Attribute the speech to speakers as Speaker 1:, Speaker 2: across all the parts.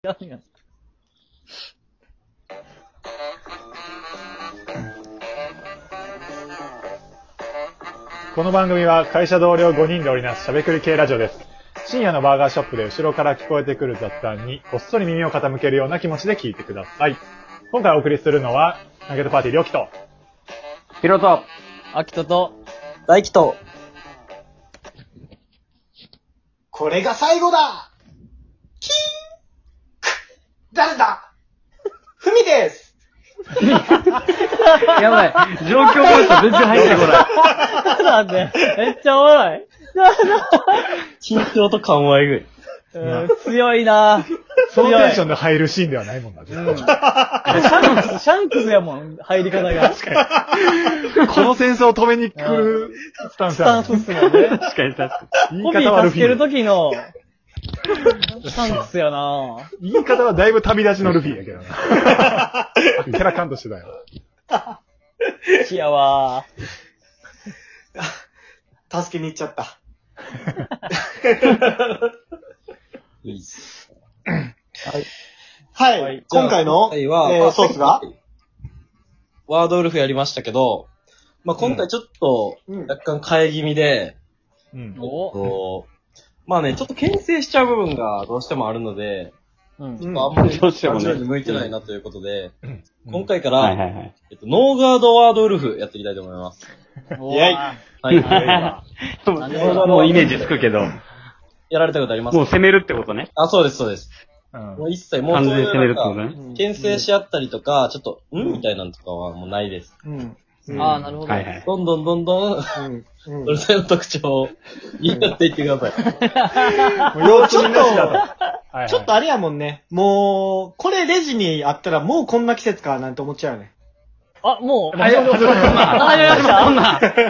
Speaker 1: 何が
Speaker 2: この番組は会社同僚5人で織りなすしゃべくり系ラジオです。深夜のバーガーショップで後ろから聞こえてくる雑談にこっそり耳を傾けるような気持ちで聞いてください。今回お送りするのは、ナゲットパーティーりょうきと。
Speaker 3: ヒロト、
Speaker 1: アキトと、
Speaker 3: 大輝と、
Speaker 4: これが最後だキーン誰だふみです
Speaker 3: やばい、状況が全然入ってこない。
Speaker 1: なんで、めっちゃおもろい。
Speaker 3: 緊張と緩和えぐい。
Speaker 1: うん強いな
Speaker 2: そのテンショ
Speaker 1: ン。
Speaker 2: ンで入るシーンではないもんな。絶対
Speaker 1: シャンクス、シャンクスやもん、入り方が。ス
Speaker 2: この戦争を止めに来るスタンス
Speaker 1: タ
Speaker 2: だ
Speaker 1: ンスっすもんね。
Speaker 3: 確かに確か
Speaker 2: 言
Speaker 1: コ
Speaker 2: い
Speaker 1: ピ
Speaker 2: 方は
Speaker 1: ー
Speaker 2: ル
Speaker 1: 助
Speaker 2: フ
Speaker 1: ける
Speaker 2: ィ。
Speaker 1: ときの、シャンクスやな
Speaker 2: 言い方はだいぶ旅立ちのルフィやけどな。キャラ感としてだよ。
Speaker 1: 好きやわ
Speaker 4: 助けに行っちゃった。
Speaker 3: に。いいっす。
Speaker 4: はい。
Speaker 1: はい
Speaker 4: 今回の、
Speaker 5: じゃあ今回は
Speaker 4: えーソースが
Speaker 5: ワードウルフやりましたけど、まあ、今回ちょっと
Speaker 4: うん
Speaker 5: 若干変え気味で、
Speaker 2: うん。
Speaker 1: お
Speaker 5: こうまあね、ちょっと牽制しちゃう部分がどうしてもあるので、
Speaker 1: うん。
Speaker 5: まああんまり
Speaker 3: どうしてもね
Speaker 5: 感情に向いてないなということで、今回か
Speaker 3: はい
Speaker 5: ら、
Speaker 3: はいはい。
Speaker 5: えっとノーガードワードウルフやっていきたいと思います。
Speaker 1: お
Speaker 4: イェイ
Speaker 5: はい。
Speaker 3: もうイメージつくけど、
Speaker 5: やられたことあります
Speaker 3: もう攻めるってことね。
Speaker 5: あ、そうです、そうです。
Speaker 2: うん
Speaker 5: もう一切、もう
Speaker 3: 完全に攻めるって
Speaker 5: な
Speaker 3: こ
Speaker 5: ん
Speaker 3: と
Speaker 5: か
Speaker 3: ね。
Speaker 5: 牽制し合ったりとか、ちょっと、んみたいなのとかはもうないです。
Speaker 4: うん。
Speaker 2: うん
Speaker 1: ああ、なるほど。
Speaker 3: はいはい。
Speaker 5: どんどんどんどん、
Speaker 4: うん。うん
Speaker 5: それぞれの特徴を言い合っていってください。
Speaker 2: もう要注意なしだと。はいはい
Speaker 4: ちょっとあれやもんね。もう、これレジにあったらもうこんな季節かなんて思っちゃうよね。
Speaker 1: あ、もう、
Speaker 2: はい始まりました
Speaker 1: あ、始めまし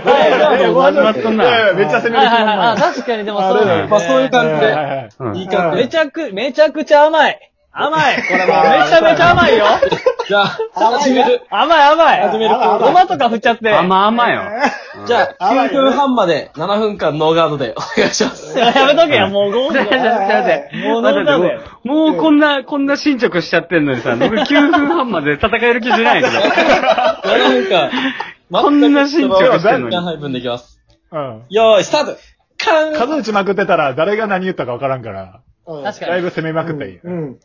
Speaker 1: た。
Speaker 3: えもう始まっとん
Speaker 2: いやいや
Speaker 3: な。
Speaker 2: めっちゃ攻め
Speaker 1: はいは
Speaker 2: る
Speaker 1: い
Speaker 2: 気
Speaker 1: はい。あ、
Speaker 2: 満
Speaker 1: 確かにでもそうだ
Speaker 2: あれ
Speaker 1: よ
Speaker 2: だ
Speaker 1: ね
Speaker 5: まあそういう感
Speaker 2: 々
Speaker 5: じ
Speaker 2: はい
Speaker 5: で、
Speaker 2: はいはい
Speaker 3: うん
Speaker 5: いい感じ
Speaker 1: め
Speaker 5: で。
Speaker 1: ちゃく、めちゃくちゃ甘い。甘 い。これ
Speaker 2: は
Speaker 1: めちゃめちゃ甘い よ。
Speaker 5: じゃあ、始める。
Speaker 1: 甘い甘い。
Speaker 5: 始めるコーナー
Speaker 1: ごまとか振っちゃって。
Speaker 3: 甘々よ。
Speaker 5: じゃあ、
Speaker 4: 甘い
Speaker 5: 9
Speaker 4: よ
Speaker 5: 分半まで7分間ノーガードでお願いします。
Speaker 1: やめとけや、もう5分
Speaker 3: ちょっと
Speaker 1: だ。
Speaker 3: 待って
Speaker 1: もう
Speaker 3: 待
Speaker 1: 飲
Speaker 3: っ
Speaker 1: んだ
Speaker 3: て
Speaker 1: ぜ。
Speaker 3: もうもうこんな、こんな進捗しちゃってんのにさ、僕9分半まで戦える気しないけど。
Speaker 5: 7分間。
Speaker 3: こんな進
Speaker 2: 捗
Speaker 5: 長
Speaker 2: してんのに
Speaker 5: 時間配分できます。
Speaker 2: うん。
Speaker 5: よーい、スタートカーン
Speaker 2: 数打ちまくってたら誰が何言ったか分からんから、
Speaker 1: 確か
Speaker 2: だい
Speaker 1: に。
Speaker 2: ぶ攻めまくったらいい。
Speaker 4: うん。うん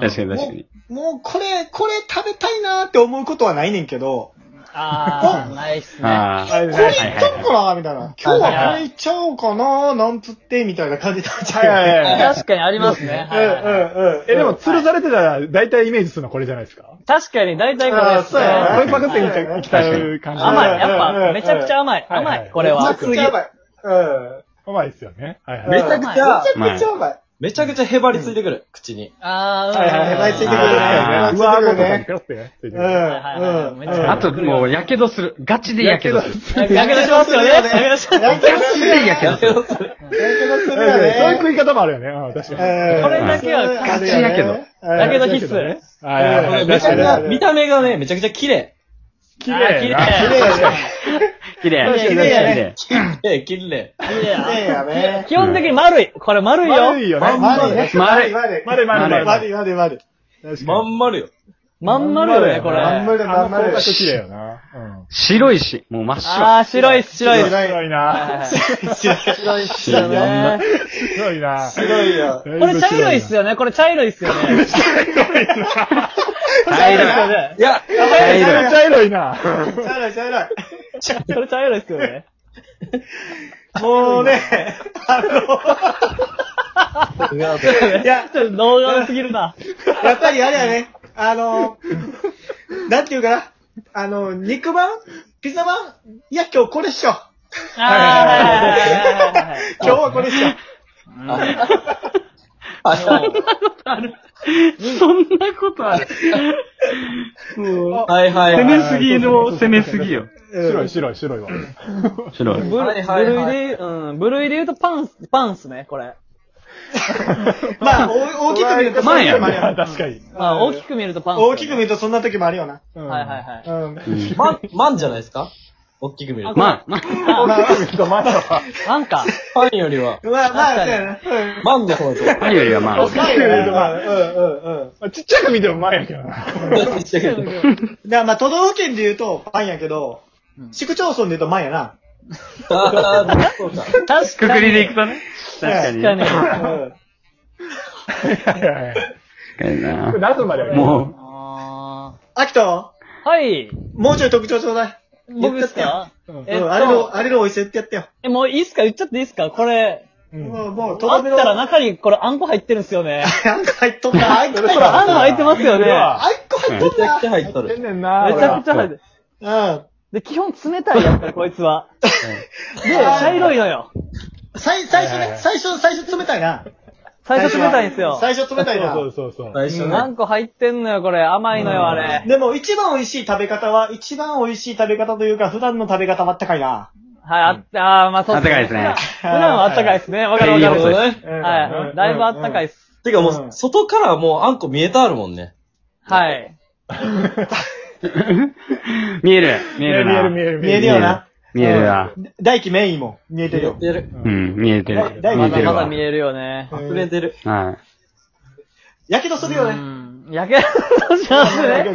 Speaker 3: 確かに確かに。
Speaker 4: もうこれ、これ食べたいなーって思うことはないねんけど、
Speaker 1: あー、ないっすね。
Speaker 3: あ
Speaker 2: は
Speaker 3: あ。
Speaker 2: い
Speaker 4: こ
Speaker 2: は
Speaker 4: れいっ
Speaker 2: い
Speaker 4: ちゃおうかなーみたいな。今日はこれいっちゃおうかなーなんつって、みたいな感じになっちゃうよね。
Speaker 2: はいはいはい
Speaker 1: 確かにありますね。はいはいはい
Speaker 4: うんうんうん。
Speaker 2: え、でも、吊るされてたら、大体イメージするのこれじゃないですか
Speaker 1: 確かに、大体これですね。
Speaker 4: あー
Speaker 2: こ
Speaker 4: そうや
Speaker 2: れパクってい
Speaker 4: はいはい
Speaker 2: きたい感じ。
Speaker 1: 甘い。や
Speaker 4: うんうん
Speaker 1: っ
Speaker 4: う
Speaker 1: ぱ、
Speaker 4: ん
Speaker 1: めちゃくちゃ甘い。
Speaker 2: はいは
Speaker 1: 甘
Speaker 2: い
Speaker 1: い、これは。
Speaker 4: めちゃくちゃやばい。うん。
Speaker 2: 甘いですよね。はい
Speaker 4: め
Speaker 2: は
Speaker 4: ち
Speaker 2: い。
Speaker 4: ゃくちゃ、
Speaker 3: めちゃくちゃ
Speaker 4: うまい。
Speaker 5: めちゃくちゃへばりついてくる、口に。
Speaker 1: あー、
Speaker 4: はいはい、へばりついてくるね。
Speaker 3: あ
Speaker 4: へ
Speaker 2: う
Speaker 4: ばりついて
Speaker 2: わ
Speaker 4: く
Speaker 2: ーごと
Speaker 4: る
Speaker 2: に
Speaker 4: ね
Speaker 2: ペ。ロってね。ついて
Speaker 4: う
Speaker 2: くる
Speaker 4: ん。うん。うん
Speaker 3: あと、もう、やけどする。ガチでやけどする。
Speaker 1: くる。やけどします よね。やけどします。
Speaker 4: やけどするよね。やけど
Speaker 5: やけどする
Speaker 4: す
Speaker 2: そう
Speaker 4: るよね。
Speaker 2: いう食い方もあるよね。うん、確かに。
Speaker 4: うん
Speaker 1: これだけは
Speaker 3: ガチやけど。
Speaker 1: やけど
Speaker 4: うん
Speaker 1: 必須。
Speaker 2: はいはいはい。
Speaker 5: め
Speaker 2: 確
Speaker 5: ちゃ
Speaker 2: かに
Speaker 5: くちゃ、 見た目がね、めちゃくちゃ綺麗。
Speaker 2: 綺
Speaker 1: あー
Speaker 2: 麗な。
Speaker 1: 綺麗
Speaker 4: やね
Speaker 2: 確かに
Speaker 3: 綺麗。綺麗
Speaker 5: ええ、綺
Speaker 1: 綺
Speaker 5: 麗。
Speaker 1: 麗
Speaker 4: 綺
Speaker 1: や
Speaker 4: 麗やね。
Speaker 1: 基本的に丸い。これ丸いよ
Speaker 2: 悪。いよね。
Speaker 4: 丸いね。
Speaker 3: 丸い
Speaker 4: 丸い。
Speaker 2: 丸い丸い
Speaker 4: 丸い。丸い。丸い。
Speaker 2: 確か
Speaker 5: ま
Speaker 2: に。
Speaker 5: ん丸よ。
Speaker 1: まん丸よね、これ。
Speaker 4: まん丸
Speaker 2: あの
Speaker 4: まん丸
Speaker 2: 光沢綺麗よな。うん。
Speaker 3: 白いし、もう真っ白。
Speaker 1: あー、白いっす、白いっす。
Speaker 4: 白い
Speaker 2: 白い
Speaker 1: はい
Speaker 2: な。
Speaker 1: はい白いっすよね。
Speaker 2: 白いな。
Speaker 4: 白いよ。
Speaker 2: こ
Speaker 1: これ茶色いっすよね。これ茶色いっすよね。
Speaker 3: 茶
Speaker 1: ですよ
Speaker 3: 色い。
Speaker 1: ね。
Speaker 5: いや、
Speaker 3: 茶色い。
Speaker 2: 茶色いな。
Speaker 4: 茶色い、茶色い。
Speaker 1: これ茶色いっすよね。
Speaker 4: もうね、あの、いや、
Speaker 1: ちょっと動画すぎるな。
Speaker 4: やっぱりあれやね、あの、なんていうかな、あの、肉まんピザまんいや、今日これっしょ。
Speaker 1: あーはいはいはいはい
Speaker 4: 今日はこれっしょ。
Speaker 5: あの
Speaker 3: そんなことある。もう、
Speaker 5: はいはい
Speaker 3: 攻
Speaker 5: は
Speaker 3: め
Speaker 5: い。
Speaker 3: すぎの攻めすぎよ。
Speaker 2: 白い、白い、白いわ。
Speaker 3: 白い。
Speaker 1: 部
Speaker 5: は
Speaker 1: 類
Speaker 5: いはい
Speaker 1: 部
Speaker 5: はい
Speaker 1: 類で、うん、部類で言うとパン、パンっすね、これ。
Speaker 4: まあ、お大きく見るとそんな時もあるよな。
Speaker 2: 確かに。
Speaker 1: まあ、大きく見るとパンっすよね。
Speaker 4: 大きく見るとそんな時もあるよな。
Speaker 2: う
Speaker 1: と
Speaker 2: ん
Speaker 1: はいはいはい。
Speaker 4: うん。
Speaker 5: まん、まんじゃないですか大きく見る。
Speaker 1: あ
Speaker 3: まあ、まあ、
Speaker 2: まあ、と前は。
Speaker 1: なんか、
Speaker 5: ファンよりは、
Speaker 4: まあま
Speaker 1: 確か
Speaker 4: あ、そう
Speaker 1: に
Speaker 4: やな。うん
Speaker 5: マンの方で。
Speaker 3: あるよりはまあ、
Speaker 2: 前より
Speaker 4: まあ
Speaker 2: は
Speaker 4: うんうんうん。
Speaker 2: まあちっちゃく見ても前やけどな。
Speaker 5: ちっちゃいけど
Speaker 4: だからまあ、都道府県で言うとパンやけど
Speaker 1: うん、
Speaker 4: 市区町村で言うとマンやな。
Speaker 5: ああ、そうか。
Speaker 1: 確かに。
Speaker 3: くくりでいくとね。確か
Speaker 1: 確
Speaker 3: に。
Speaker 1: かに。
Speaker 4: うん
Speaker 3: 確かにな
Speaker 2: これ。夏までは
Speaker 3: も
Speaker 1: あ
Speaker 4: 秋田
Speaker 1: ーはい。
Speaker 4: もうちょい特徴ちょうだい。
Speaker 1: 僕ですか
Speaker 2: うん
Speaker 1: えっ
Speaker 4: うんあれ
Speaker 1: と
Speaker 4: の、、あれのお店ってやってよ。
Speaker 1: え、もういいっすか言っちゃっていいっすかこれ、
Speaker 2: う、うん。
Speaker 4: もう、もう、と
Speaker 1: あ
Speaker 4: ど
Speaker 1: っ
Speaker 4: め
Speaker 1: た
Speaker 4: の。
Speaker 1: ら中にこれあんこ入ってるんすよね。
Speaker 4: あんこ入っとった。あんこ入っとっ
Speaker 1: これあんこ入ってますよね。
Speaker 2: うわ
Speaker 1: め
Speaker 4: あんこ入っと
Speaker 5: め
Speaker 4: っ
Speaker 5: ちゃくちゃ
Speaker 4: た。
Speaker 5: 入っと
Speaker 2: 入って
Speaker 5: る。
Speaker 2: んねんな。
Speaker 1: ちゃくちゃ入ってる。
Speaker 4: うん。
Speaker 1: で、基本冷たいやっぱりこいつは。で、
Speaker 4: あー
Speaker 1: 茶色いのよ。
Speaker 4: 最、最初
Speaker 2: はいはいは
Speaker 4: ね
Speaker 2: い、
Speaker 4: 最初、最初冷たいな。
Speaker 1: 最初冷たいんですよ。
Speaker 4: 最初冷たいな
Speaker 2: そ。うそうそうそう。
Speaker 5: 最初
Speaker 1: あ
Speaker 5: ね。
Speaker 1: んこ入ってんのよ、これ。甘いのよ、あれ。
Speaker 4: でも一番美味しい食べ方は、一番美味しい食べ方というか、普段の食べ方はあったかいな。
Speaker 1: はい、あった、あーまあそう
Speaker 3: あったかいですね
Speaker 1: 普段はあったかいですね。わかるわ
Speaker 5: な
Speaker 1: かる
Speaker 5: るほ。どね。
Speaker 1: はい。だいぶあったかい
Speaker 4: い。
Speaker 1: っす。
Speaker 5: てかも
Speaker 4: う
Speaker 5: う、
Speaker 4: ん
Speaker 5: 外からもうあんこ見えたあるもんね。
Speaker 1: はい。
Speaker 3: 見える、見
Speaker 2: 見
Speaker 3: え
Speaker 2: え
Speaker 3: るな。
Speaker 2: る見える
Speaker 4: 見えるよな。
Speaker 3: 見えるな。
Speaker 4: 大輝メインも見えてるよ。
Speaker 5: 出る。
Speaker 3: うん、見えてる。
Speaker 4: だいぶ
Speaker 1: ま
Speaker 3: 見えて
Speaker 1: だ
Speaker 3: る
Speaker 1: ま
Speaker 3: わ
Speaker 1: だ見。えるよね。
Speaker 5: 溢れてる。
Speaker 3: は
Speaker 4: やけどするよ
Speaker 1: う
Speaker 4: ね。
Speaker 1: んやけどしますね。
Speaker 3: い。見える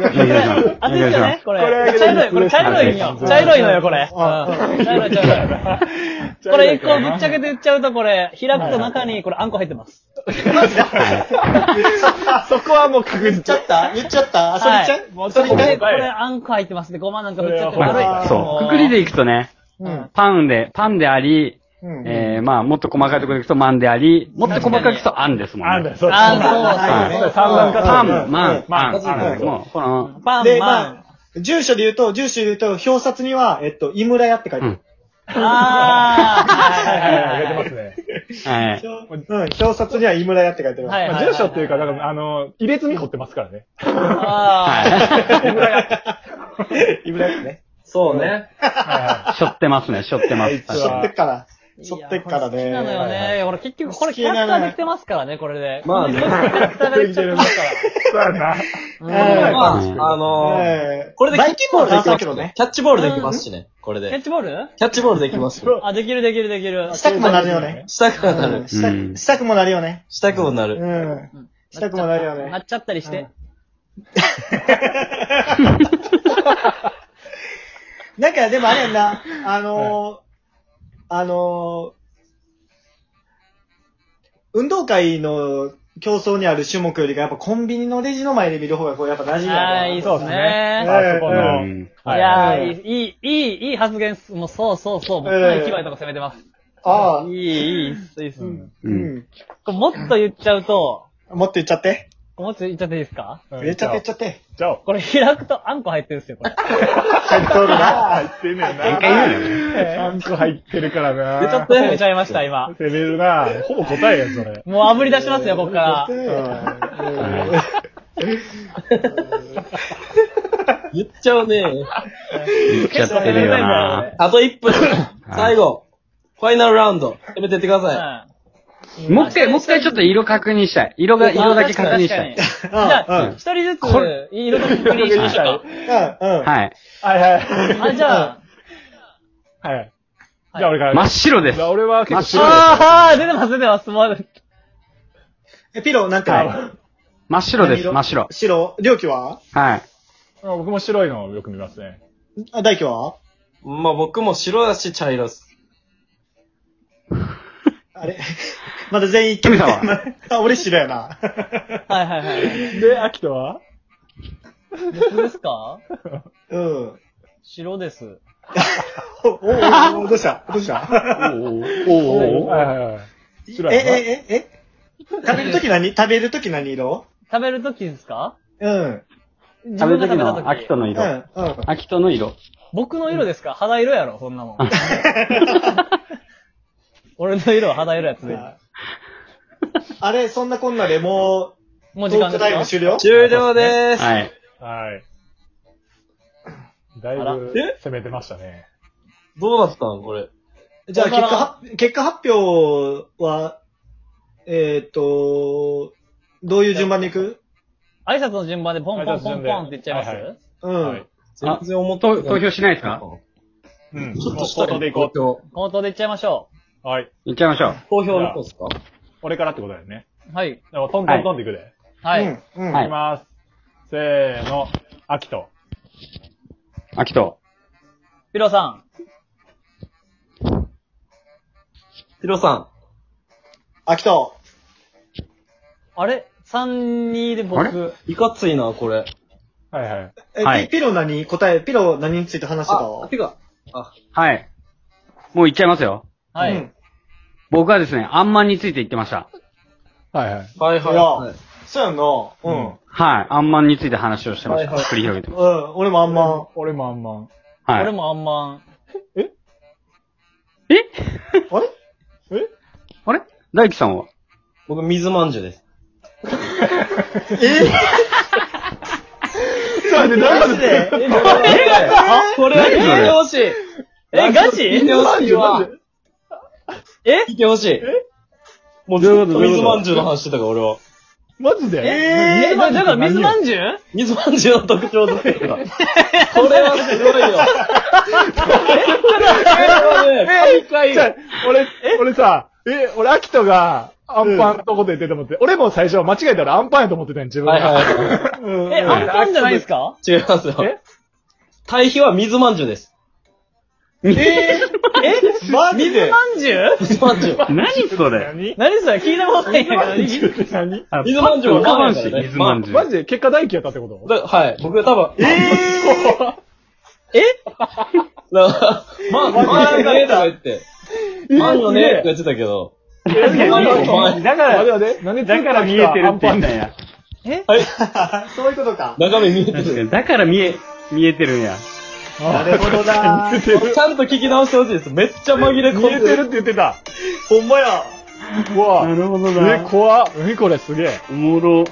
Speaker 3: な。
Speaker 1: あてるよね、これ。
Speaker 2: これやけど
Speaker 1: 茶色い、これ茶色いんよ。茶色いのよ、これ。うん茶色い、茶色い。これ一個ぶっちゃけて言っちゃうと、これ、開くと中に、これあんこ入ってます。
Speaker 2: そこはもう確
Speaker 4: 言っちゃ
Speaker 2: 実。
Speaker 4: った言っちゃった遊びちゃう
Speaker 1: もう
Speaker 4: それ
Speaker 1: これ、
Speaker 4: ね
Speaker 1: これあんこ入ってますね。ごまなんかぶっちゃって
Speaker 2: これは
Speaker 1: 悪い。
Speaker 2: あー
Speaker 3: そう。くくりでいくとね、
Speaker 4: うん。
Speaker 3: パンで、パンであり、
Speaker 4: うん
Speaker 3: えー、まあ、もっと細かいところでいくとマンであり、もっと細かくいくとアンですもんね。
Speaker 2: あんだよ、そ
Speaker 1: あー
Speaker 2: そ
Speaker 1: そ
Speaker 2: う
Speaker 1: うそう
Speaker 2: 三段
Speaker 3: パ
Speaker 2: 活
Speaker 3: ン、
Speaker 2: 用
Speaker 3: マン、マン、
Speaker 2: マン
Speaker 3: アンもう、この、
Speaker 1: パン、
Speaker 4: で、
Speaker 1: パン。
Speaker 4: まあ、住所で言うと、住所で言うと、表札には、えっと、井村屋って書いてある。
Speaker 1: あ
Speaker 2: はいはいはい、あげて
Speaker 1: ー
Speaker 2: ますね。
Speaker 3: はい。
Speaker 4: うん、表札には井村屋って書いてある。
Speaker 1: はい
Speaker 2: まあ住所っていうか、だから、あの、入れ墨掘ってますからね。
Speaker 1: あ
Speaker 4: 井村屋ってね。
Speaker 5: そうね。
Speaker 2: は
Speaker 3: しょってますね、しょってま
Speaker 2: あい
Speaker 3: す。
Speaker 2: つ
Speaker 4: しょ
Speaker 2: は
Speaker 4: ってっから。
Speaker 1: ー。
Speaker 4: しょってっから
Speaker 1: い
Speaker 4: ね。
Speaker 1: やこれ好きなのよね。俺結局これ
Speaker 4: 好
Speaker 1: キ
Speaker 4: き
Speaker 1: ャラ
Speaker 4: なのよ
Speaker 1: クターできてますからね、これで。
Speaker 5: まあ
Speaker 1: キ
Speaker 5: ね。
Speaker 1: ャラクターができちゃってますか
Speaker 2: そうやな。
Speaker 1: ら。うん
Speaker 5: ま
Speaker 3: うん
Speaker 5: あ、あのー、
Speaker 4: ええ
Speaker 5: これでキャッチボールできます
Speaker 4: けどね。
Speaker 5: キャッチボールできますしね。これ
Speaker 1: キャッ
Speaker 5: で。
Speaker 1: チボール
Speaker 5: キャッチボールできますよ。
Speaker 1: あ、できるできるできる。
Speaker 4: したくもなるよね。
Speaker 5: したくはなる。
Speaker 4: した
Speaker 3: うん
Speaker 4: く、したくもなるよね。
Speaker 5: したくもな
Speaker 4: う
Speaker 5: る。
Speaker 4: ん。
Speaker 1: うん
Speaker 4: したくもなるよね
Speaker 1: なっちゃったりして。
Speaker 4: なんか、でもあれやんな、あのー、あのー、運動会の競争にある種目よりか、やっぱコンビニのレジの前で見る方が、こう、やっぱ馴染み
Speaker 1: あ
Speaker 4: や
Speaker 1: ーいいっ
Speaker 4: ね。
Speaker 1: すね。
Speaker 2: あそこ
Speaker 3: う
Speaker 2: の。
Speaker 3: ん。
Speaker 1: いやー、いい、いい、いい、いい発言っす。もう、そうそうそう。僕の勢いとか攻めてます。
Speaker 4: ああ
Speaker 1: い、い、いいっす、いいっす。
Speaker 3: う。
Speaker 4: うんん。
Speaker 1: これもっと言っちゃうと、
Speaker 4: もっと言っちゃって。
Speaker 1: もっと言っちゃっていいですか
Speaker 2: うん
Speaker 4: 言っちゃって、言っちゃって。
Speaker 2: じゃあ、
Speaker 1: これ開くとあんこ入ってるんですよ、これ。
Speaker 2: 入っとるな。入ってんねん
Speaker 3: 一回言
Speaker 2: な。
Speaker 3: う
Speaker 2: 3個入ってるからな。
Speaker 1: ちょっと攻めちゃいました、今。
Speaker 2: 攻めるな。ほぼ答えやん、それ。
Speaker 1: もう炙り出しますよ、こっから。
Speaker 3: のよ。
Speaker 5: 言っちゃうね。
Speaker 3: 言っちゃってるよな。
Speaker 5: あと1分。最後。ファイナルラウンド。攻めてってくだ
Speaker 1: うん
Speaker 5: さい。
Speaker 3: もう一回、もう一回ちょっと色確認したい。色が、色だけ確認したい。
Speaker 1: 確かにじゃあ、一人ずつ、色だけ確認しましょう
Speaker 4: うん、うん。
Speaker 3: はい。
Speaker 2: はいはい。
Speaker 1: か。あ、じゃあ、
Speaker 2: はい。じゃあ、俺から。
Speaker 3: 真っ白です
Speaker 2: じゃ。あ俺は結構白
Speaker 1: あー、出てます、出てます、もう。
Speaker 4: え、ピロ、なん
Speaker 2: い。
Speaker 4: か、
Speaker 3: 真っ白です、真っ白。
Speaker 4: 白、りょうきは
Speaker 3: はい。
Speaker 2: うん僕も白いのをよく見ますね。
Speaker 4: あ大輝は
Speaker 5: まあ僕も白だし茶色っす。
Speaker 4: あれ まだ全員
Speaker 3: 君さんは
Speaker 4: あ、俺白や
Speaker 1: は
Speaker 4: な。
Speaker 1: いはいはい。
Speaker 2: で、秋田は
Speaker 1: 僕ですか
Speaker 4: うん。
Speaker 1: 白です。
Speaker 4: お、お、お、おどうしたどうした
Speaker 3: おーおー
Speaker 2: はいはいはい。白
Speaker 4: え、
Speaker 2: いのは
Speaker 4: え、え、え食べるとき何食べるとき何色
Speaker 1: 食べるときですか
Speaker 4: うん。
Speaker 1: 自
Speaker 3: 食べ
Speaker 1: 分
Speaker 3: る
Speaker 1: が食べた
Speaker 3: ときの
Speaker 1: と
Speaker 3: 秋
Speaker 1: き
Speaker 3: 人。の
Speaker 4: うん、う
Speaker 3: 色。
Speaker 4: ん。
Speaker 3: 秋人の色。
Speaker 1: 僕の色ですか肌色やろ、そんなもん。俺の色は肌色やつで。
Speaker 4: あれ、そんなこんなでも
Speaker 1: も
Speaker 4: う、
Speaker 1: う時
Speaker 4: トー
Speaker 1: 間
Speaker 4: ク
Speaker 1: で
Speaker 4: タイム
Speaker 1: すよ。
Speaker 4: 終了
Speaker 5: 終了でーす。
Speaker 3: はい。
Speaker 2: はい。だい
Speaker 1: あら
Speaker 2: ぶ
Speaker 5: え
Speaker 2: 攻めてましたね。
Speaker 5: どうだったんこれ。
Speaker 4: じゃあ、結果発、結果発表は、えーっと、どういう順番でいく
Speaker 1: 挨拶の順番でポンポンポンポンって言っちゃいます
Speaker 2: 挨拶の順
Speaker 4: う
Speaker 2: はい
Speaker 4: ん。
Speaker 5: 全然思った。
Speaker 3: 投投票しないですか
Speaker 2: うん。
Speaker 5: ちょっとし
Speaker 2: も
Speaker 5: た
Speaker 2: う口頭でいこ
Speaker 3: と。
Speaker 1: 口頭でいっちゃいましょ
Speaker 2: う。はい。
Speaker 3: いっちゃいましょう。
Speaker 5: 投票の方ですか
Speaker 2: 俺からってことだよね。
Speaker 1: う。はい。
Speaker 2: でもトントントンっていくで。
Speaker 1: は
Speaker 4: う
Speaker 1: い。
Speaker 4: ん。うん。
Speaker 3: はい
Speaker 2: いきます。せーの。秋と。
Speaker 3: 秋と。
Speaker 1: ピロさん。
Speaker 5: ヒロさ
Speaker 4: 秋と、
Speaker 1: あれ ?3、2で
Speaker 3: あ
Speaker 1: 僕。
Speaker 5: ん、いかついな、これ。
Speaker 2: はいはい。
Speaker 4: え、
Speaker 3: はい
Speaker 4: ピピロ何答え、ピロ何について話して
Speaker 5: あ、
Speaker 4: た
Speaker 5: てか、
Speaker 3: はい。もういっちゃいますよ。
Speaker 1: は
Speaker 4: う
Speaker 1: い
Speaker 4: ん。
Speaker 3: 僕はですね、あんまんについて言ってました。
Speaker 2: はいはい。
Speaker 5: はいはいはい。
Speaker 4: そうやんな。
Speaker 3: はい。あんまんについて話をしてました。
Speaker 4: はいはい
Speaker 3: 繰り広げてま
Speaker 4: うん。うん、俺もあんま。
Speaker 2: 俺もあんまん。
Speaker 3: す。は
Speaker 1: 俺
Speaker 3: い。
Speaker 1: もあんまん。
Speaker 3: え
Speaker 4: あれ
Speaker 2: え
Speaker 3: あれ大輝さんは
Speaker 5: 僕、水まんじゅうです。
Speaker 4: そうやね、マジ
Speaker 1: え、
Speaker 4: で。
Speaker 1: これは
Speaker 3: 何それ
Speaker 1: 聞いてほしい。え、ガチ
Speaker 5: 聞いてほしいわ。
Speaker 1: え
Speaker 5: 聞いてほしい。もうず
Speaker 3: どういう
Speaker 5: っ
Speaker 3: こと
Speaker 5: と
Speaker 3: どういうこと
Speaker 5: 水まんじゅうの話してたから、俺は。
Speaker 2: マジで
Speaker 1: ええだから水まんじゅう
Speaker 5: 水まんじゅうの特徴どれか。これはすごいよ。これはね、
Speaker 2: えじゃあ俺、俺さ、え、俺、秋人が、アンパンのとこで言ってと思って、俺も最初間違えたらアンパンやと思ってたんよ自分が。
Speaker 5: はいはいは
Speaker 2: うん
Speaker 1: え、あんパンじゃないですか
Speaker 5: い。違いますよ
Speaker 2: え。
Speaker 5: 対比は水まんじゅうです。
Speaker 4: え
Speaker 1: え
Speaker 4: ー、マジ
Speaker 1: 水
Speaker 4: で。
Speaker 1: まんじゅう
Speaker 5: 水まんじゅう。
Speaker 3: 何それ
Speaker 2: 何
Speaker 1: 何それ聞いたことないんやけど
Speaker 2: 何
Speaker 3: あ
Speaker 5: 水まんじゅう
Speaker 3: パッと浮かばんし、
Speaker 5: わかんないからね
Speaker 3: 水まんじゅ
Speaker 2: マ
Speaker 3: う。
Speaker 2: ジで結果大輝やったってこと
Speaker 5: だはい。僕多分、え
Speaker 1: え
Speaker 5: だから、まあ、まあ、ねとか言って。まあのねとか言ってたけど。
Speaker 2: え
Speaker 3: だか
Speaker 2: あれ
Speaker 3: ら、
Speaker 2: あれなんで
Speaker 3: だから見えてるって言ったんや。
Speaker 4: そういうことか。
Speaker 5: 中身見えて
Speaker 3: 確か
Speaker 5: る。
Speaker 3: に。だから見え、見えてるんや。
Speaker 2: な
Speaker 4: なるほどな
Speaker 2: 見えてる。
Speaker 5: ちゃんと聞き直してほしいです。めっちゃ紛れ込ん
Speaker 2: 見えて
Speaker 5: で
Speaker 2: るって言ってた。
Speaker 4: ほんまや。
Speaker 2: うわ
Speaker 3: なるほどな
Speaker 2: え、怖っ。え、これすげえ。
Speaker 3: おもろ。